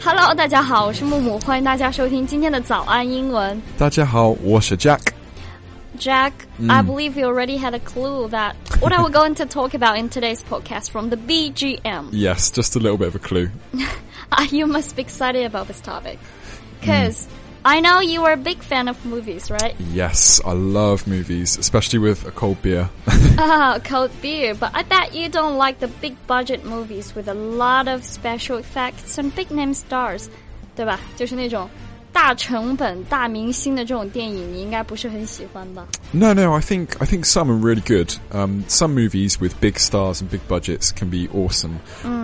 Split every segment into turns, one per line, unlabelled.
Hello，大家好，我是木木，欢迎大家收听今天的早安英文。
大家好，我是 Jack。
Jack, I believe you already had a clue that what I we're going to talk about in today's podcast from the BGM.
Yes, just a little bit of a clue.
Ah, you must be excited about this topic. Because I know you are a big fan of movies, right?
Mm. Yes, I love movies, especially with a cold beer.
Ah, cold beer, but I bet you don't like the big budget movies with a lot of special effects and big name stars. 对吧？就是那种大成本、大明星的这种电影，你应该不是很喜欢吧？
no, no, I think I think some are really good. Um, some movies with big stars and big budgets can be awesome,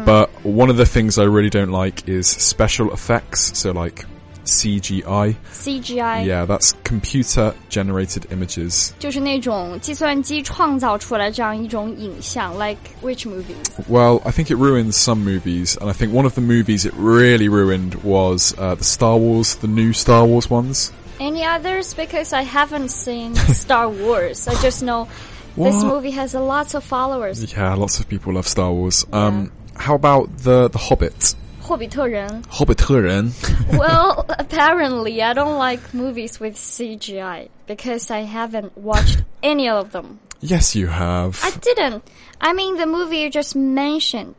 but one of the things I really don't like is special effects. So like CGI.
CGI
Yeah, that's computer generated images.
就是那种计算机创造出来这样一种影像，like which movies？
Well, I think it ruins some movies, and I think one of the movies it really ruined was uh, the Star Wars, the new Star Wars ones.
Any others? Because I haven't seen Star Wars. I just know this
What?
movie has a lot of followers.
Yeah, lots of people love Star Wars. Um, How about the the Hobbit?
霍比特人。
Hobbiteren.
well, apparently I don't like movies with CGI because I haven't watched any of them.
yes, you
I
have.
didn't. I mean, the movie you just mentioned.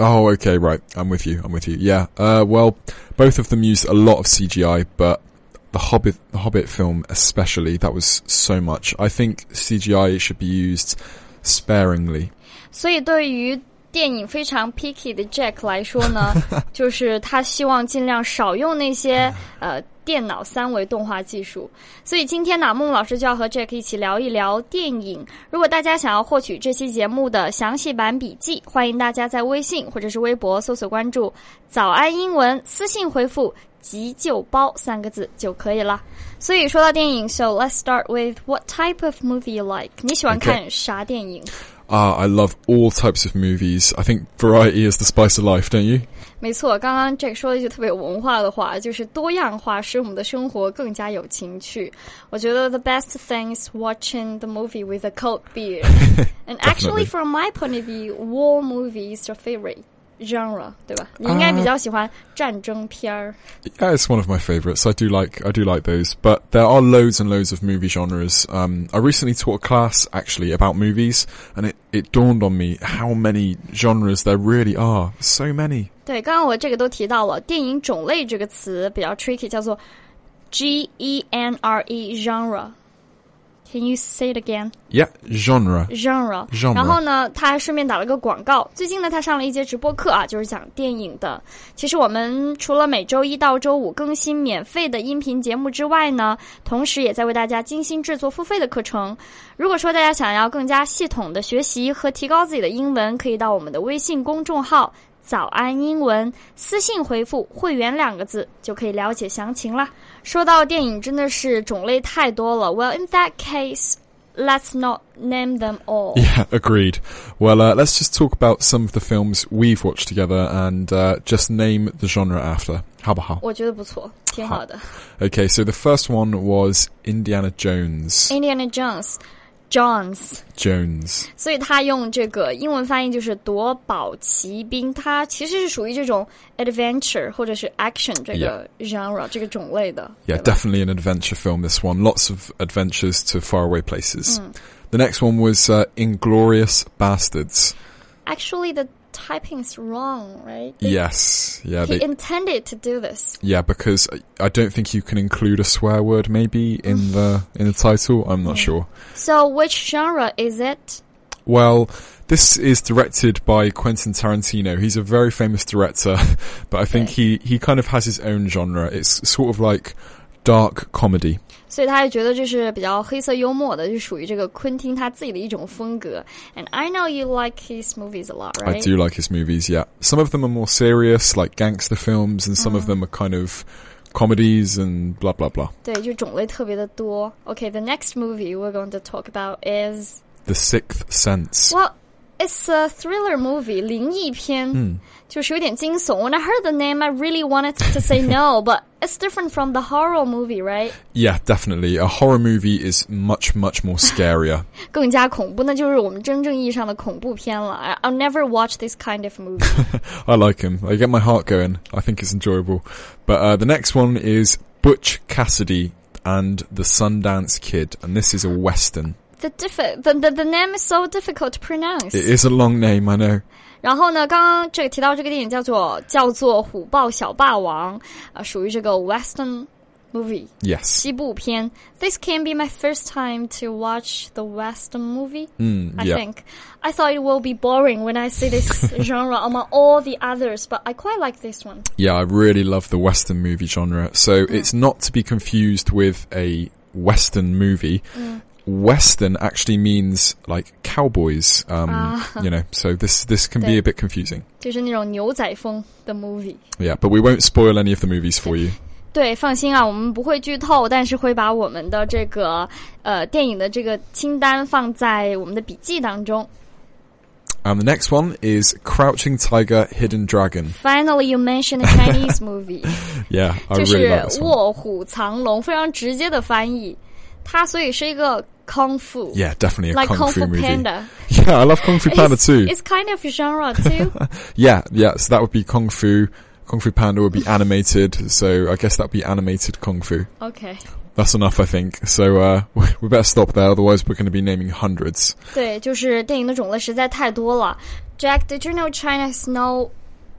Oh, okay, right. I'm with you. I'm with you. Yeah. Uh, well, both of them used a lot of CGI, but the Hobbit, the Hobbit film especially, that was so much. I think CGI should be used sparingly.
所以对于电影非常 picky 的 Jack 来说呢，就是他希望尽量少用那些呃电脑三维动画技术。所以今天呢，孟老师就要和 Jack 一起聊一聊电影。如果大家想要获取这期节目的详细版笔记，欢迎大家在微信或者是微博搜索关注“早安英文”，私信回复。急救包三个字就可以了。所以说到电影，so let's start with what type of movie you like。你喜欢
Okay.
看啥电影
Ah, I love all types of movies. I think variety is the spice of life, don't you?
没错，刚刚 Jack 说了一句特别有文化的话，就是多样化使我们的生活更加有情趣。我觉得 the best thing is watching the movie with a cold beer. And actually,
Definitely.
from my point of view, war movie is your favorite genre，对吧？你应该比较喜欢战争片儿。
Yeah, it's one of my favourites. I do like I do like those, but there are loads and loads of movie genres. Um, I recently taught a class actually about movies, and it, it dawned on me how many genres there really are. So many.
对，刚刚我这个都提到了，电影种类这个词比较 tricky，叫做 G E N R E genre。Can you say it again?
Yeah, genre.
genre。
genre
然后呢，他还顺便打了个广告。最近呢，他上了一节直播课啊，就是讲电影的。其实我们除了每周一到周五更新免费的音频节目之外呢，同时也在为大家精心制作付费的课程。如果说大家想要更加系统的学习和提高自己的英文，可以到我们的微信公众号。早安英文，私信回复“会员”两个字就可以了解详情啦。说到电影，真的是种类太多了。Well, in that case, let's not name them all.
Yeah, agreed. Well, uh, let's just talk about some of the films we've watched together and uh, just name the genre after. How about how?
我觉得不错，挺好的。
Okay, so the first one was Indiana Jones.
Indiana Jones。Johns，
Jones.
所以他用这个英文翻译就是夺宝奇兵，它其实是属于这种 adventure 或者是 action 这个 genre 这个种类的。
Yeah,
对吧
definitely an adventure film, this one. Lots of adventures to faraway places. The next one was uh, Inglorious Bastards.
Actually, the typing is wrong, right? They-
Yes. Yeah,
He
they,
intended to do this.
yeah, because I- I don't think you can include a swear word maybe in the in the title. I'm not sure.
So, which genre is it?
Well, this is directed by Quentin Tarantino. He's a very famous director, but I think he, he kind of has his own genre. It's sort of like dark comedy.
所以他也觉得这是比较黑色幽默的，就属于这个昆汀他自己的一种风格。And I know you like his movies a lot,
I
right?
do like his movies, yeah. Some of them are more serious, like gangster films, and some
Mm.
of them are kind of comedies and blah, blah, blah.
对，就种类特别的多。Okay, the next movie we're going to talk about is
The Sixth Sense.
well, It's a thriller movie, 灵异片，嗯，就是有点惊悚。When I heard the name, I really wanted to say no, but it's different from the horror movie, right?
Yeah, definitely. A horror movie is much, much more scarier.
更加恐怖，那就是我们真正意义上的恐怖片了。I- I'll never watch this kind of movie.
I like him. I get my heart going. I think it's enjoyable. But uh, the next one is Butch Cassidy and the Sundance Kid, and this is a western.
The diffi- the the the name is so difficult to pronounce.
It is a long name, I know.
然后呢，刚刚这个提到这个电影叫做叫做《虎豹小霸王》，啊，属于这个 Western movie。
Yes.
西部片。This can be my first time to watch the Western movie. I
Hmm, Mm, yeah.
think I thought it will be boring when I see this genre among all the others, but I quite like this one.
Yeah, I really love the Western movie genre. So
Mm-hmm.
it's not to be confused with a Western movie.
Mm.
Western actually means like cowboys, um,
Ah.
you know, so this, this can be
Yeah.
a bit confusing.
就是那种牛仔风的 movie。
Yeah, but we won't spoil any of the movies for you.
对，放心啊，我们不会剧透，但是会把我们的这个呃电影的这个清单放在我们的笔记当中。
And the next one is Crouching Tiger, Hidden Dragon.
Finally, you mentioned a Chinese movie.
Yeah, I
就
really
是
like this
《
one.
卧虎藏龙》，非常直接的翻译。它所以是一个 kung fu。
Yeah, definitely a
like
kung, fu, movie.
Panda.
Yeah, I love Kung Fu Panda
it's,
too.
it's kind of genre too.
Yeah, yeah. So that would be Kung Fu. Kung Fu Panda would be animated. So I guess that would be animated Kung Fu.
OK，
That's enough, I think. So uh, we we better stop there, otherwise we're going to be naming hundreds.
对，就是电影的种类实在太多了。Jack, did you know China has no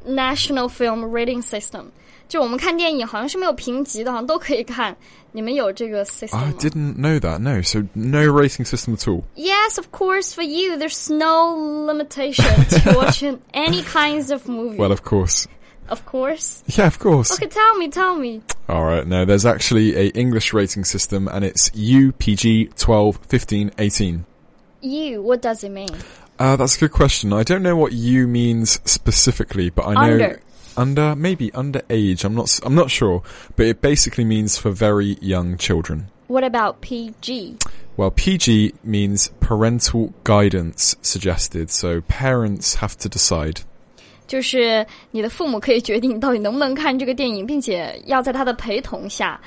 national film rating system？就我们看电影好像是没有评级的，好像都可以看。你们有这个 system
I
吗
didn't know that. No, so no rating system at all.
Yes, of course. For you, there's no limitation to watching any kinds of movie.
Well, of course.
of course.
Yeah, of course.
Okay, tell me, tell me.
All right. No, there's actually a English rating system, and it's UPG 12, 15, 18.
You, what does it mean?
Uh, that's a good question. I don't know what you means specifically, but I know
Under.
under maybe under age. I'm not. s- I'm not sure, but it basically means for very young children.
What about PG?
Well, PG means parental guidance suggested, so parents have to decide.
就是你的父母可以决定你到底能不能看这个电影，并且要在他的陪同下。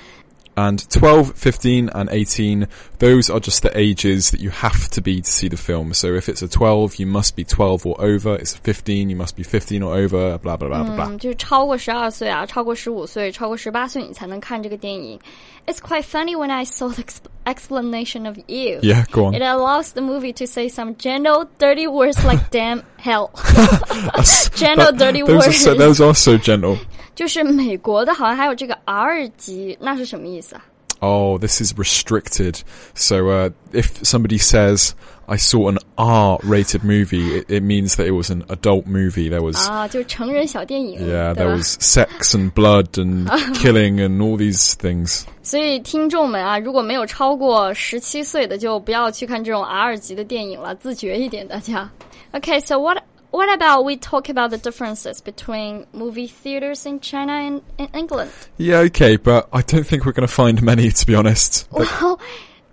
And 12, 15 and 18, those are just the ages that you have to be to see the film. So if it's a 12, you must be 12 or over. It's a 15, you must be 15 or over, blah, blah, blah, blah, blah.
嗯，就是超过十二岁啊，超过十五岁，超过十八岁你才能看这个电影。It's quite funny when I saw the exp- explanation of you.
Yeah, go on.
It allows the movie to say some gentle, dirty words like "damn hell." gentle, dirty
Those are, so,
words.
those are so gentle.
就是美国的，好像还有这个 R 级，那是什么意思啊？
Oh, this is restricted. So uh, if somebody says, I saw an R-rated movie, it, it means that it was an adult movie. There was
啊，就是成人小电影。
Yeah,
对
there
吧？
was sex and blood and killing and all these things.
所以，听众们啊，如果没有超过十七岁的，就不要去看这种 R 级的电影了，自觉一点，大家。Okay, so what what about we talk about the differences between movie theaters in China and in England?
Yeah, okay, but I don't think we're going to find many, to be honest. But
Well,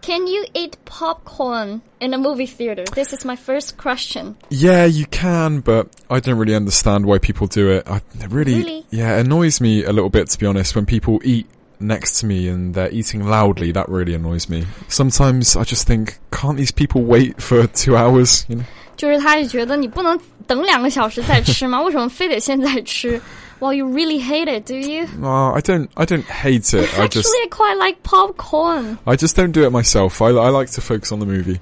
can you eat popcorn in a movie theater? This is my first question.
yeah, you can, but I don't really understand why people do it. I, it really,
Really?
yeah, it annoys me a little bit, to be honest, when people eat next to me and they're eating loudly. That really annoys me. Sometimes I just think, can't these people wait for two hours? You know?
就是他也觉得你不能等两个小时再吃 吗？为什么非得现在吃？Well, you really hate it, do you?
Uh, I don't, I don't hate it. I just,
Actually, I quite like popcorn.
I just don't do it myself. I, I like to focus on the movie.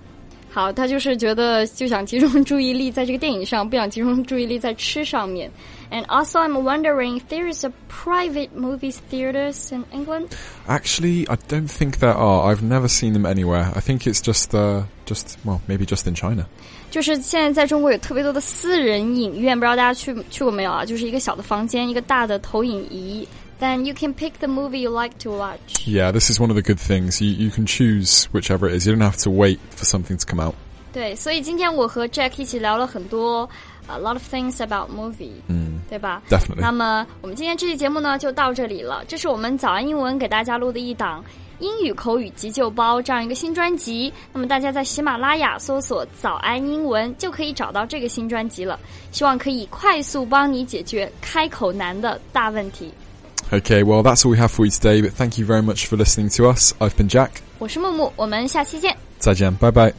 好，他就是觉得就想集中注意力在这个电影上，不想集中注意力在吃上面。And also, I'm wondering if there is a private movie theaters in England.
Actually, I don't think there are. I've never seen them anywhere. I think it's just, uh, just well, maybe just in China.
就是现在在中国有特别多的私人影院，不知道大家去去过没有啊？就是一个小的房间，一个大的投影仪。Then you can pick the movie you like to watch.
Yeah, this is one of the good things. You you can choose whichever it is. You don't have to wait for something to come out.
对，所以今天我和 Jack 一起聊了很多 a lot of things about movie，嗯，对吧？
Definitely.
那么我们今天这期节目呢就到这里了，这是我们早安英文给大家录的一档英语口语急救包这样一个新专辑。那么大家在喜马拉雅搜索“早安英文”就可以找到这个新专辑了。希望可以快速帮你解决开口难的大问题。
Okay, well, that's all we have for you today, but thank you very much for listening to us. I've been Jack.
我是木木，我们下期见。
再见，拜拜。